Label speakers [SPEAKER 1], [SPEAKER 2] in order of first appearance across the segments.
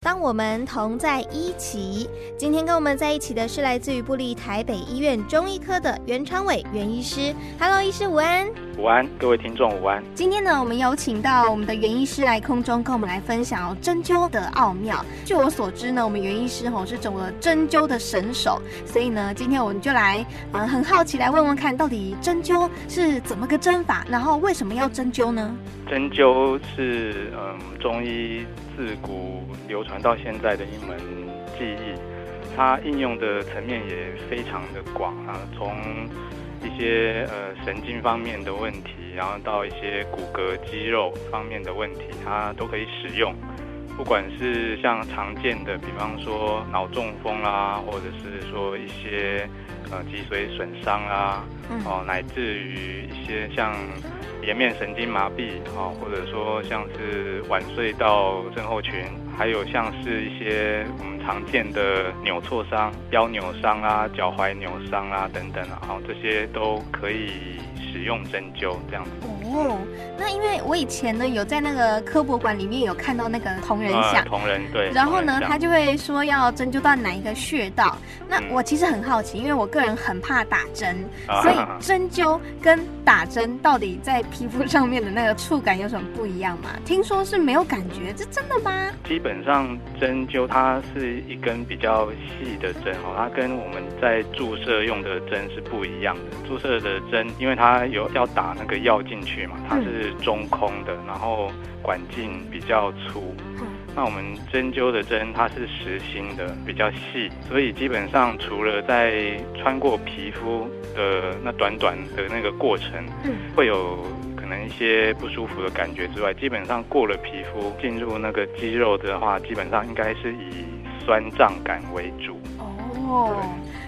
[SPEAKER 1] 当我们同在一起。今天跟我们在一起的是来自于布利台北医院中医科的袁昌伟袁医师。Hello，医师午安。
[SPEAKER 2] 午安，各位听众午安。
[SPEAKER 1] 今天呢，我们邀请到我们的袁医师来空中跟我们来分享哦针灸的奥妙。据我所知呢，我们袁医师吼、是整个针灸的神手，所以呢，今天我们就来呃很好奇来问问看，到底针灸是怎么个针法，然后为什么要针灸呢？
[SPEAKER 2] 针灸是嗯中医自古流传到现在的一门技艺，它应用的层面也非常的广啊，从一些呃神经方面的问题，然后到一些骨骼肌肉方面的问题，它都可以使用。不管是像常见的，比方说脑中风啦、或者是说一些呃脊髓损伤啦、
[SPEAKER 1] 嗯
[SPEAKER 2] 哦，乃至于一些像颜面神经麻痹哦，或者说像是晚睡到症候群，还有像是一些我们常见的扭挫伤、腰扭伤啊、脚踝扭伤啊等等啊，哦，这些都可以使用针灸这样子。
[SPEAKER 1] 哦，那因为我以前呢有在那个科博馆里面有看到那个同人
[SPEAKER 2] 呃
[SPEAKER 1] 像。
[SPEAKER 2] 同人对。
[SPEAKER 1] 然后
[SPEAKER 2] 同
[SPEAKER 1] 呢
[SPEAKER 2] 人，像
[SPEAKER 1] 他就会说要针灸到哪一个穴道。那
[SPEAKER 2] 嗯
[SPEAKER 1] 我其实很好奇，因为我个人很怕打针，
[SPEAKER 2] 啊
[SPEAKER 1] 所以针灸跟打针到底在皮肤上面的那个触感有什么不一样吗？听说是没有感觉，这真的吗？
[SPEAKER 2] 基本上针灸它是一根比较细的针哦，它跟我们在注射用的针是不一样的。注射的针，因为它有要打那个药进去嘛，它是中空的，然后管径比较粗。那我们针灸的针它是实心的，比较细，所以基本上除了在穿过皮肤的那短短的那个过程，
[SPEAKER 1] 嗯
[SPEAKER 2] 会有可能一些不舒服的感觉之外，基本上过了皮肤进入那个肌肉的话，基本上应该是以酸胀感为主。
[SPEAKER 1] 哦，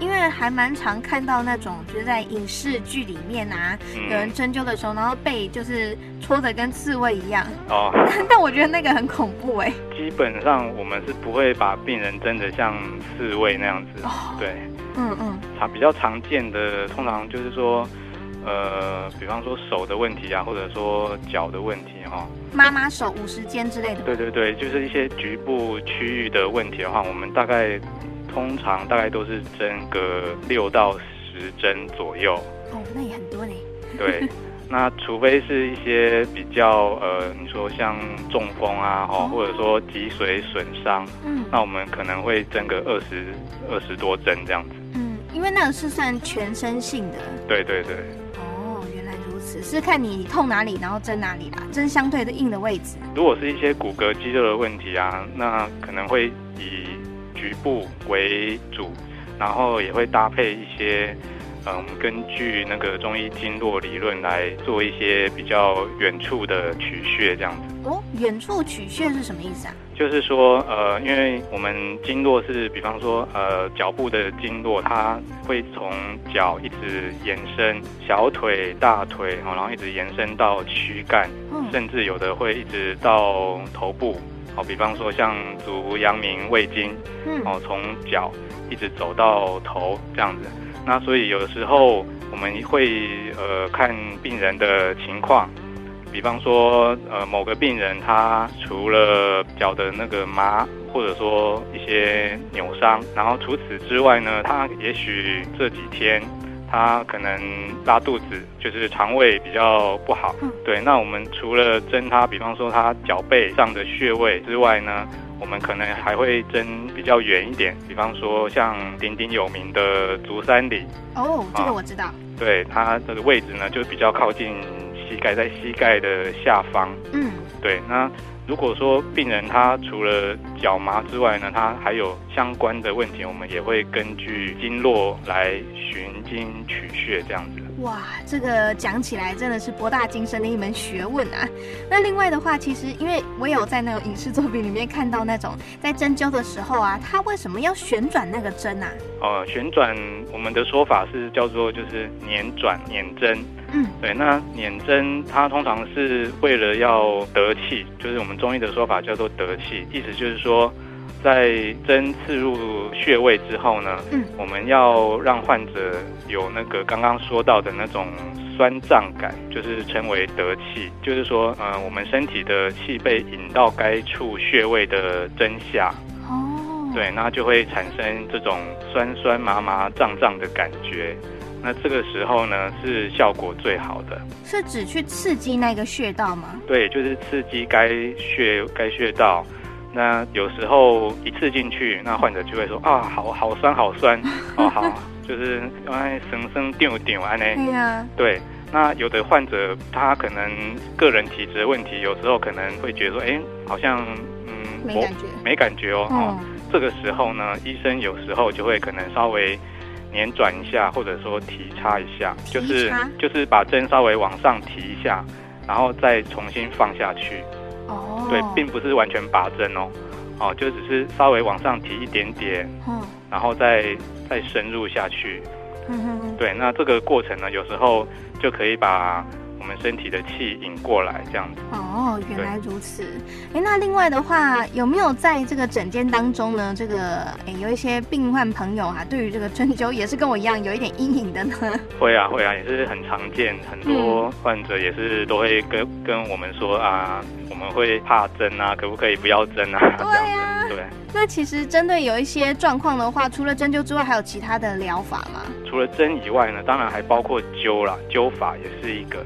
[SPEAKER 1] 因为还蛮常看到那种就是在影视剧里面啊，有
[SPEAKER 2] 嗯
[SPEAKER 1] 人，针灸的时候，然后被就是戳的跟刺猬一样，
[SPEAKER 2] 哦，
[SPEAKER 1] 但我觉得那个很恐怖哎、
[SPEAKER 2] 基本上我们是不会把病人针的像刺猬那样子，
[SPEAKER 1] 哦，
[SPEAKER 2] 对。
[SPEAKER 1] 嗯嗯，
[SPEAKER 2] 常比较常见的，通常就是说，呃，比方说手的问题啊，或者说脚的问题哈、
[SPEAKER 1] 妈妈手五十肩之类的。
[SPEAKER 2] 对对对，就是一些局部区域的问题的话，我们大概通常大概都是针个六到十针左右。
[SPEAKER 1] 哦，那也很多呢。
[SPEAKER 2] 对，那除非是一些比较呃，你说像中风啊，哈、
[SPEAKER 1] 哦
[SPEAKER 2] 或者说脊髓损伤，
[SPEAKER 1] 嗯
[SPEAKER 2] 那我们可能会针个二十二十多针这样子。
[SPEAKER 1] 嗯，因为那个是算全身性的。
[SPEAKER 2] 对对对。
[SPEAKER 1] 哦，原来如此，是看你痛哪里，然后针哪里啦，针相对的硬的位置。
[SPEAKER 2] 如果是一些骨骼肌肉的问题啊，那可能会以局部为主，然后也会搭配一些，嗯，根据那个中医经络理论来做一些比较远处的取穴，这样子。
[SPEAKER 1] 哦，远处取穴是什么意思啊？
[SPEAKER 2] 就是说，呃，因为我们经络是，比方说，呃，脚部的经络，它会从脚一直延伸，小腿、大腿，哦然后一直延伸到躯干，
[SPEAKER 1] 嗯，
[SPEAKER 2] 甚至有的会一直到头部，哦，比方说像足阳明胃经，
[SPEAKER 1] 嗯，
[SPEAKER 2] 哦，从脚一直走到头这样子。那所以有的时候我们会呃看病人的情况，比方说呃某个病人他除了脚的那个麻。或者说一些扭伤，然后除此之外呢，他也许这几天他可能拉肚子，就是肠胃比较不好。
[SPEAKER 1] 嗯
[SPEAKER 2] 对，那我们除了针他，比方说他脚背上的穴位之外呢，我们可能还会针比较远一点，比方说像鼎鼎有名的足三里，
[SPEAKER 1] 哦，这个
[SPEAKER 2] 啊
[SPEAKER 1] 我知道。
[SPEAKER 2] 对它的位置呢，就是比较靠近膝盖，在膝盖的下方。
[SPEAKER 1] 嗯，
[SPEAKER 2] 对，那如果说病人他除了脚麻之外呢，他还有相关的问题，我们也会根据经络来寻经取穴这样子。
[SPEAKER 1] 哇，这个讲起来真的是博大精深的一门学问啊。那另外的话，其实因为我有在那种影视作品里面看到那种在针灸的时候啊，他为什么要旋转那个针啊？
[SPEAKER 2] 呃，旋转我们的说法是叫做就是捻转捻针。
[SPEAKER 1] 嗯，
[SPEAKER 2] 对，那捻针它通常是为了要得气，就是我们中医的说法叫做得气，意思就是说，在针刺入穴位之后呢，
[SPEAKER 1] 嗯
[SPEAKER 2] 我们要让患者有那个刚刚说到的那种酸胀感，就是称为得气，就是说，呃，我们身体的气被引到该处穴位的针下，
[SPEAKER 1] 哦，，
[SPEAKER 2] 对，那就会产生这种酸酸麻麻胀胀的感觉。那这个时候呢，是效果最好的。
[SPEAKER 1] 是指去刺激那个穴道吗？
[SPEAKER 2] 对，就是刺激该穴该穴道。那有时候一刺进去，那患者就会说啊，好好酸好 酸，哦好，就是哎生生丢丢安呢。
[SPEAKER 1] 对呀、
[SPEAKER 2] 对，那有的患者他可能个人体质的问题，有时候可能会觉得说，哎，好像嗯
[SPEAKER 1] 没
[SPEAKER 2] 我
[SPEAKER 1] 感觉。
[SPEAKER 2] 没感觉哦。哦
[SPEAKER 1] 嗯，
[SPEAKER 2] 这个时候呢，医生有时候就会可能稍微捻转一下，或者说提插一下，
[SPEAKER 1] 提
[SPEAKER 2] 就是
[SPEAKER 1] 插
[SPEAKER 2] 就是把针稍微往上提一下，然后再重新放下去。
[SPEAKER 1] 哦，
[SPEAKER 2] 对，并不是完全拔针哦，哦，就只是稍微往上提一点点，
[SPEAKER 1] 嗯
[SPEAKER 2] 然后再再深入下去。
[SPEAKER 1] 嗯嗯嗯
[SPEAKER 2] 对，那这个过程呢，有时候就可以把我们身体的气引过来，这样子。
[SPEAKER 1] 哦，原来如此。哎，那另外的话，有没有在这个诊间当中呢？这个哎，有一些病患朋友啊，对于这个针灸也是跟我一样有一点阴影的呢。
[SPEAKER 2] 会啊，会啊，也是很常见，很多
[SPEAKER 1] 嗯
[SPEAKER 2] 患者也是都会跟跟我们说啊，我们会怕针啊，可不可以不要针啊？这
[SPEAKER 1] 对
[SPEAKER 2] 样
[SPEAKER 1] 呀、
[SPEAKER 2] 对，
[SPEAKER 1] 那其实针对有一些状况的话，除了针灸之外，还有其他的疗法吗？
[SPEAKER 2] 除了针以外呢，当然还包括灸啦，灸法也是一个。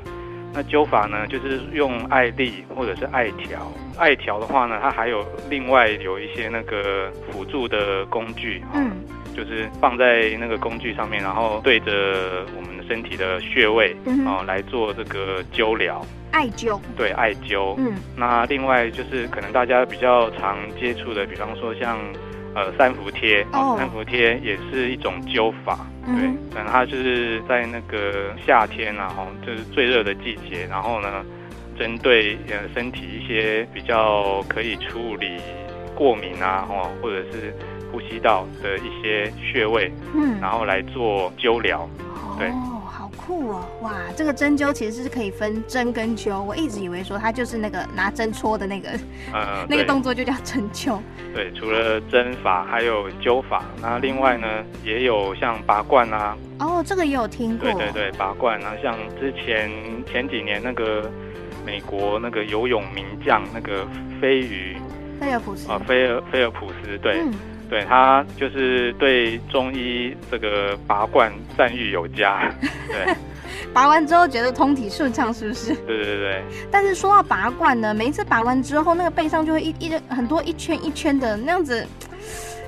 [SPEAKER 2] 那灸法呢，就是用艾粒或者是艾条。艾条的话呢，它还有另外有一些那个辅助的工具，哦
[SPEAKER 1] 嗯，
[SPEAKER 2] 就是放在那个工具上面，然后对着我们身体的穴位
[SPEAKER 1] 嗯哼
[SPEAKER 2] 哦来做这个灸疗，
[SPEAKER 1] 艾灸。
[SPEAKER 2] 对艾灸。
[SPEAKER 1] 嗯，
[SPEAKER 2] 那另外就是可能大家比较常接触的，比方说像呃三伏贴，
[SPEAKER 1] 哦
[SPEAKER 2] 三伏贴也是一种灸法，
[SPEAKER 1] 嗯
[SPEAKER 2] 对，但它就是在那个夏天啊，吼就是最热的季节，然后呢，针对呃身体一些比较可以处理过敏啊，哦或者是呼吸道的一些穴位，
[SPEAKER 1] 嗯，
[SPEAKER 2] 然后来做灸疗。对
[SPEAKER 1] 哦，好酷哦！哇，这个针灸其实是可以分针跟灸，我一直以为说它就是那个拿针戳的那个
[SPEAKER 2] 呃，
[SPEAKER 1] 那个
[SPEAKER 2] 对
[SPEAKER 1] 动作就叫针灸。
[SPEAKER 2] 对，除了针法还有灸法，那另外呢也有像拔罐啊，
[SPEAKER 1] 哦，这个也有听过。
[SPEAKER 2] 对对对，拔罐啊，像之前前几年那个美国那个游泳名将那个飞鱼
[SPEAKER 1] 菲尔普斯。
[SPEAKER 2] 啊，菲尔菲尔普斯，对、
[SPEAKER 1] 嗯，
[SPEAKER 2] 对，他就是对中医这个拔罐赞誉有加，对
[SPEAKER 1] 拔完之后觉得通体顺畅，是不是？
[SPEAKER 2] 对对对，
[SPEAKER 1] 但是说到拔罐呢，每一次拔完之后，那个背上就会一一很多一圈一圈的那样子，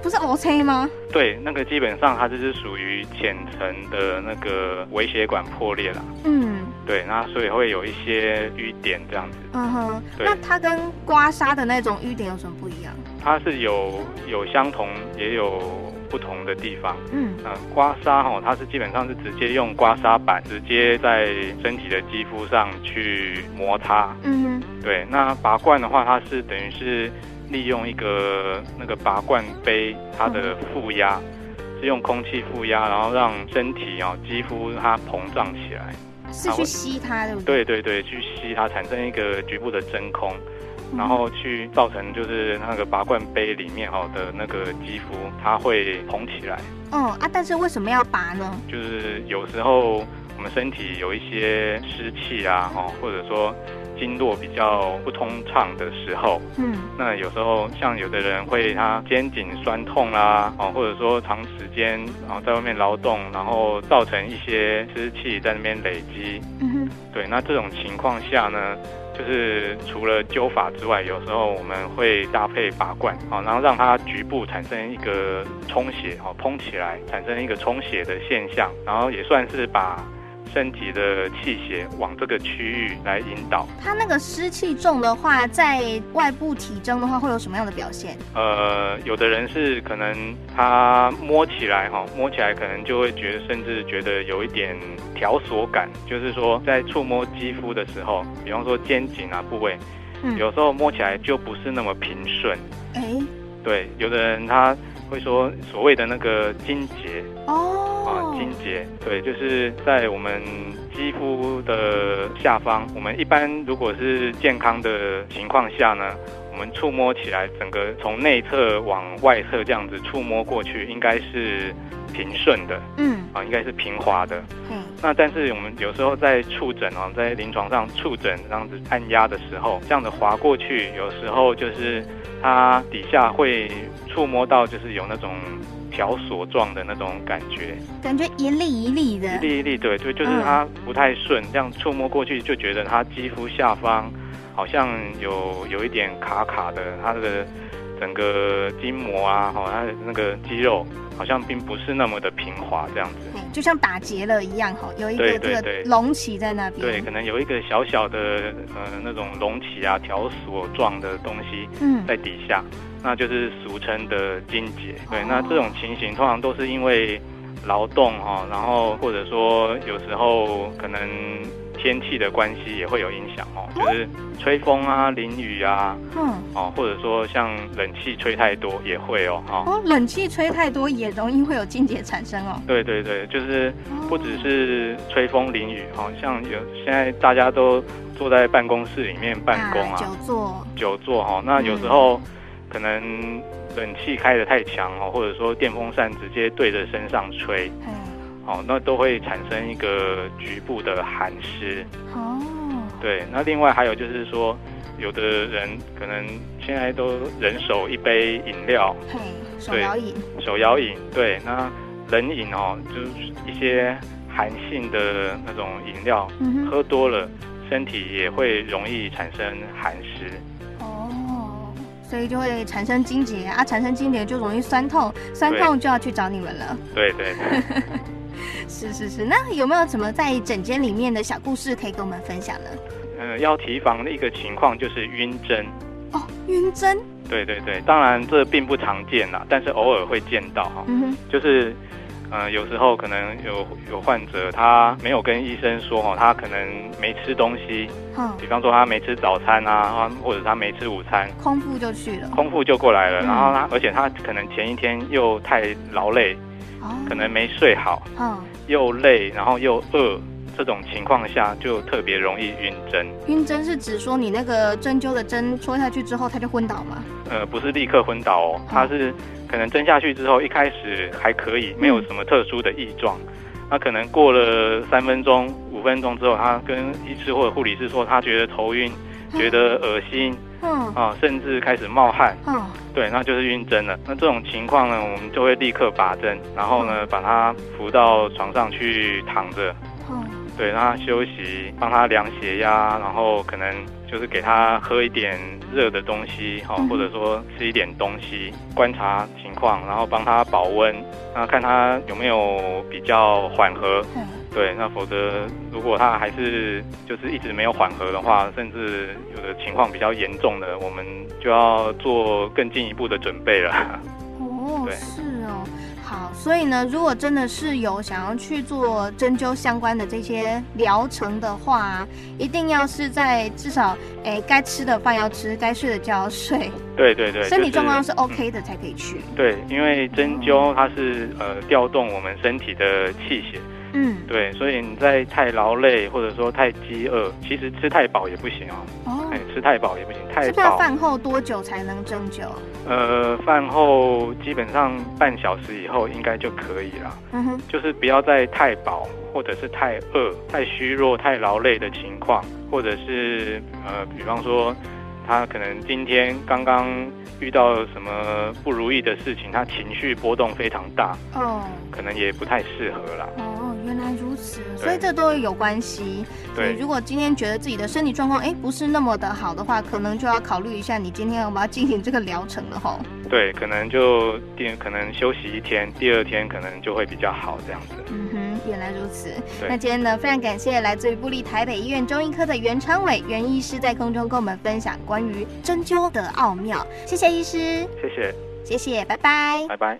[SPEAKER 1] 不是 OK 吗？
[SPEAKER 2] 对，那个基本上它就是属于浅层的那个微血管破裂啦，
[SPEAKER 1] 嗯
[SPEAKER 2] 对，那所以会有一些淤点这样子。
[SPEAKER 1] 嗯哼，
[SPEAKER 2] 对
[SPEAKER 1] 那它跟刮痧的那种淤点有什么不一样？
[SPEAKER 2] 它是有有相同，也有不同的地方。
[SPEAKER 1] 嗯
[SPEAKER 2] 呃，刮痧哦，它是基本上是直接用刮痧板直接在身体的肌肤上去摩擦。
[SPEAKER 1] 嗯
[SPEAKER 2] 对，那拔罐的话，它是等于是利用一个那个拔罐杯它的负压，是用空气负压，然后让身体哦肌肤它膨胀起来。
[SPEAKER 1] 哼，
[SPEAKER 2] 啊
[SPEAKER 1] 是去吸它，对不对？
[SPEAKER 2] 对对对，去吸它，产生一个局部的真空。
[SPEAKER 1] 嗯
[SPEAKER 2] 然后去造成就是那个拔罐杯里面哦的那个肌肤，它会膨起来。
[SPEAKER 1] 嗯啊，但是为什么要拔呢？
[SPEAKER 2] 就是有时候我们身体有一些湿气啊，哦，或者说经络比较不通畅的时候，
[SPEAKER 1] 嗯
[SPEAKER 2] 那有时候像有的人会他肩颈酸痛啦、哦，或者说长时间然后在外面劳动，然后造成一些湿气在那边累积，
[SPEAKER 1] 嗯
[SPEAKER 2] 对，那这种情况下呢，就是除了灸法之外，有时候我们会搭配拔罐啊、哦，然后让它局部产生一个充血哦，膨起来，产生一个充血的现象，然后也算是把身体的气血往这个区域来引导。
[SPEAKER 1] 哼，它那个湿气重的话，在外部体征的话，会有什么样的表现？
[SPEAKER 2] 呃，有的人是可能他摸起来哈、摸起来可能就会觉得，甚至觉得有一点条索感，就是说在触摸肌肤的时候，比方说肩颈啊部位，
[SPEAKER 1] 嗯，
[SPEAKER 2] 有时候摸起来就不是那么平顺。
[SPEAKER 1] 哎
[SPEAKER 2] 对，有的人他会说所谓的那个筋结啊
[SPEAKER 1] 哦，，
[SPEAKER 2] 筋结，对，就是在我们肌肤的下方。我们一般如果是健康的情况下呢，我们触摸起来，整个从内侧往外侧这样子触摸过去，应该是平顺的
[SPEAKER 1] 嗯，
[SPEAKER 2] 啊，应该是平滑的。
[SPEAKER 1] 嘿，
[SPEAKER 2] 那但是我们有时候在触诊啊，在临床上触诊这样子按压的时候，这样子滑过去，有时候就是它底下会触摸到，就是有那种条索状的那种感觉，
[SPEAKER 1] 感觉一粒一粒的
[SPEAKER 2] 一，粒一粒，对对，就是
[SPEAKER 1] 嗯
[SPEAKER 2] 它不太顺，这样触摸过去就觉得它肌肤下方好像有有一点卡卡的，它的整个筋膜啊，好、它的那个肌肉好像并不是那么的平滑这样子。
[SPEAKER 1] 嘿，就像打结了一样哈，有一个
[SPEAKER 2] 对
[SPEAKER 1] 这
[SPEAKER 2] 对
[SPEAKER 1] 个
[SPEAKER 2] 对
[SPEAKER 1] 隆起在那边。
[SPEAKER 2] 对，可能有一个小小的呃那种隆起啊、条索状的东西
[SPEAKER 1] 嗯，
[SPEAKER 2] 在底下，那就是俗称的筋结。对
[SPEAKER 1] 哦，
[SPEAKER 2] 那这种情形通常都是因为劳动哈、然后或者说有时候可能天气的关系也会有影响哦，就是吹风啊、淋雨啊，
[SPEAKER 1] 嗯，
[SPEAKER 2] 哦，或者说像冷气吹太多也会哦，哈、
[SPEAKER 1] 哦，冷气吹太多也容易会有痉结产生哦。
[SPEAKER 2] 对对对，就是
[SPEAKER 1] 哦
[SPEAKER 2] 不只是吹风淋雨，好、像有现在大家都坐在办公室里面办公啊，
[SPEAKER 1] 久坐，
[SPEAKER 2] 久坐哈、那有时候可能冷气开得太强哦，或者说电风扇直接对着身上吹，
[SPEAKER 1] 嘿，
[SPEAKER 2] 哦，那都会产生一个局部的寒湿。
[SPEAKER 1] 哦，
[SPEAKER 2] 对，那另外还有就是说，有的人可能现在都人手一杯饮料，
[SPEAKER 1] 嘿，手
[SPEAKER 2] 对
[SPEAKER 1] 摇椅，
[SPEAKER 2] 手摇饮，对，那冷饮哦，就是一些寒性的那种饮料，
[SPEAKER 1] 嗯哼，
[SPEAKER 2] 喝多了，身体也会容易产生寒湿。
[SPEAKER 1] 哦，所以就会产生痉结啊，产生痉结就容易酸痛，酸痛就要去找你们了。
[SPEAKER 2] 对对，
[SPEAKER 1] 是是是，那有没有什么在诊间里面的小故事可以跟我们分享呢？
[SPEAKER 2] 呃，要提防的一个情况就是晕针。
[SPEAKER 1] 哦，晕针，
[SPEAKER 2] 对对对，当然这并不常见啦，但是偶尔会见到哈，
[SPEAKER 1] 嗯哼，
[SPEAKER 2] 就是。呃，有时候可能有有患者他没有跟医生说哦，他可能没吃东西，
[SPEAKER 1] 哼，
[SPEAKER 2] 比方说他没吃早餐啊，或者他没吃午餐，
[SPEAKER 1] 空腹就去了，
[SPEAKER 2] 空腹就过来了，
[SPEAKER 1] 嗯
[SPEAKER 2] 然后他而且他可能前一天又太劳累，
[SPEAKER 1] 哦，
[SPEAKER 2] 可能，没睡好，
[SPEAKER 1] 嗯，
[SPEAKER 2] 又累，然后又饿，这种情况下就特别容易晕针。
[SPEAKER 1] 晕针是指说你那个针灸的针戳下去之后，它就昏倒吗？
[SPEAKER 2] 呃，不是立刻昏倒哦，
[SPEAKER 1] 嗯
[SPEAKER 2] 它是可能针下去之后，一开始还可以，没有什么特殊的异状。那可能过了三分钟、五分钟之后，他跟医师或者护理师说，他觉得头晕，觉得恶心
[SPEAKER 1] 嗯
[SPEAKER 2] 啊，甚至开始冒汗，
[SPEAKER 1] 嗯，
[SPEAKER 2] 对，那就是晕针了。那这种情况呢，我们就会立刻拔针，然后呢，把他扶到床上去躺着，
[SPEAKER 1] 嗯，
[SPEAKER 2] 对，让他休息，帮他量血压，然后可能就是给他喝一点热的东西，哈、
[SPEAKER 1] 嗯
[SPEAKER 2] 或者说吃一点东西，观察情况，然后帮他保温，那看他有没有比较缓和。
[SPEAKER 1] 对，
[SPEAKER 2] 对，那否则如果他还是就是一直没有缓和的话，甚至有的情况比较严重的，我们就要做更进一步的准备了。
[SPEAKER 1] 哦，
[SPEAKER 2] 对
[SPEAKER 1] 是哦，好，所以呢，如果真的是有想要去做针灸相关的这些疗程的话，一定要是在至少，哎，该吃的饭要吃，该睡的觉要睡，
[SPEAKER 2] 对对对，
[SPEAKER 1] 身体
[SPEAKER 2] 就是
[SPEAKER 1] 状况是
[SPEAKER 2] 嗯
[SPEAKER 1] OK 的才可以去。
[SPEAKER 2] 对，因为针灸它是呃调动我们身体的气血，
[SPEAKER 1] 嗯，
[SPEAKER 2] 对，所以你在太劳累或者说太饥饿，其实吃太饱也不行哦，
[SPEAKER 1] 哦
[SPEAKER 2] 哎，，吃太饱也不行，太
[SPEAKER 1] 是不是要
[SPEAKER 2] 饱，
[SPEAKER 1] 饭后多久才能针灸？
[SPEAKER 2] 呃，饭后基本上半小时以后应该就可以了，
[SPEAKER 1] 嗯哼，
[SPEAKER 2] 就是不要再太饱或者是太饿、太虚弱、太劳累的情况，或者是呃，比方说他可能今天刚刚遇到什么不如意的事情，他情绪波动非常大，
[SPEAKER 1] 哦。
[SPEAKER 2] 可能也不太适合啦。
[SPEAKER 1] 哦，原来如此，所以这都有关系。所以
[SPEAKER 2] 对
[SPEAKER 1] 如果今天觉得自己的身体状况哎不是那么的好的话，可能就要考虑一下你今天要不要进行这个疗程了吼。
[SPEAKER 2] 对，可能就第可能休息一天，第二天可能就会比较好这样子。
[SPEAKER 1] 嗯哼，原来如此。
[SPEAKER 2] 对
[SPEAKER 1] 那今天呢，非常感谢来自于布利台北医院中医科的袁昌伟袁医师在空中跟我们分享关于针灸的奥妙，谢谢医师，
[SPEAKER 2] 谢谢，
[SPEAKER 1] 谢谢，拜拜。
[SPEAKER 2] 拜拜。